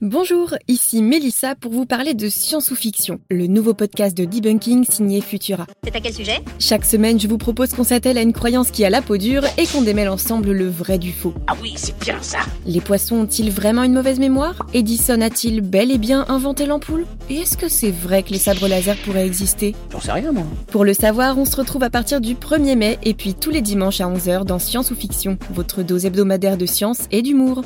Bonjour, ici Mélissa pour vous parler de Science ou Fiction, le nouveau podcast de debunking signé Futura. C'est à quel sujet Chaque semaine, je vous propose qu'on s'attelle à une croyance qui a la peau dure et qu'on démêle ensemble le vrai du faux. Ah oui, c'est bien ça Les poissons ont-ils vraiment une mauvaise mémoire Edison a-t-il bel et bien inventé l'ampoule Et est-ce que c'est vrai que les sabres laser pourraient exister J'en sais rien, moi. Pour le savoir, on se retrouve à partir du 1er mai et puis tous les dimanches à 11h dans Science ou Fiction, votre dose hebdomadaire de science et d'humour.